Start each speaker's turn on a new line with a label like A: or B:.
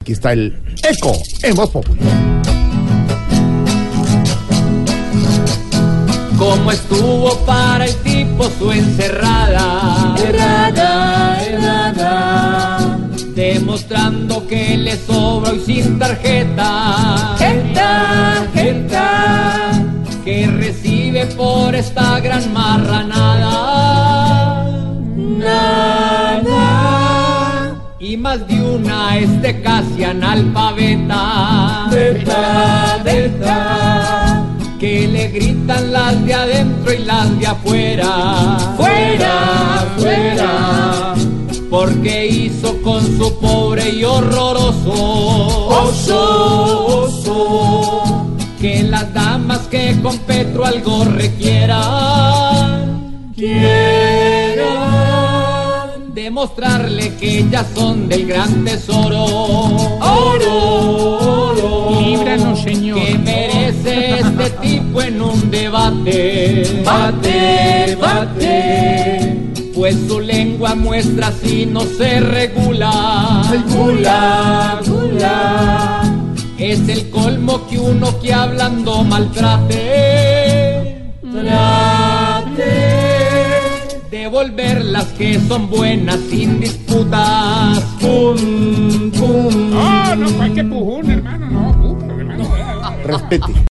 A: Aquí está el eco en Voz Popular.
B: Cómo estuvo para el tipo su encerrada. Errada, errada. Demostrando que le sobra y sin tarjeta. Genta, genta. Que recibe por esta gran marranada. Nada. Y más de una es de casi analfabeta. Delta, delta. Que le gritan las de adentro y las de afuera. Fuera, fuera. Porque hizo con su pobre y horroroso oso, oso. Que las damas que con Petro algo requieran, quieran demostrarle que ellas son del gran tesoro. Oro, oro.
C: Líbranos, Señor.
B: Que merece este tipo en un debate. Bate, bate. Pues su lengua muestra si no se regula. Regula, regula. Es el colmo que uno que hablando maltrate. Trate de volver las que son buenas sin disputas. Pum, pum.
C: No, no, cualquier pujún, hermano, no, pujún, hermano.
A: Respete.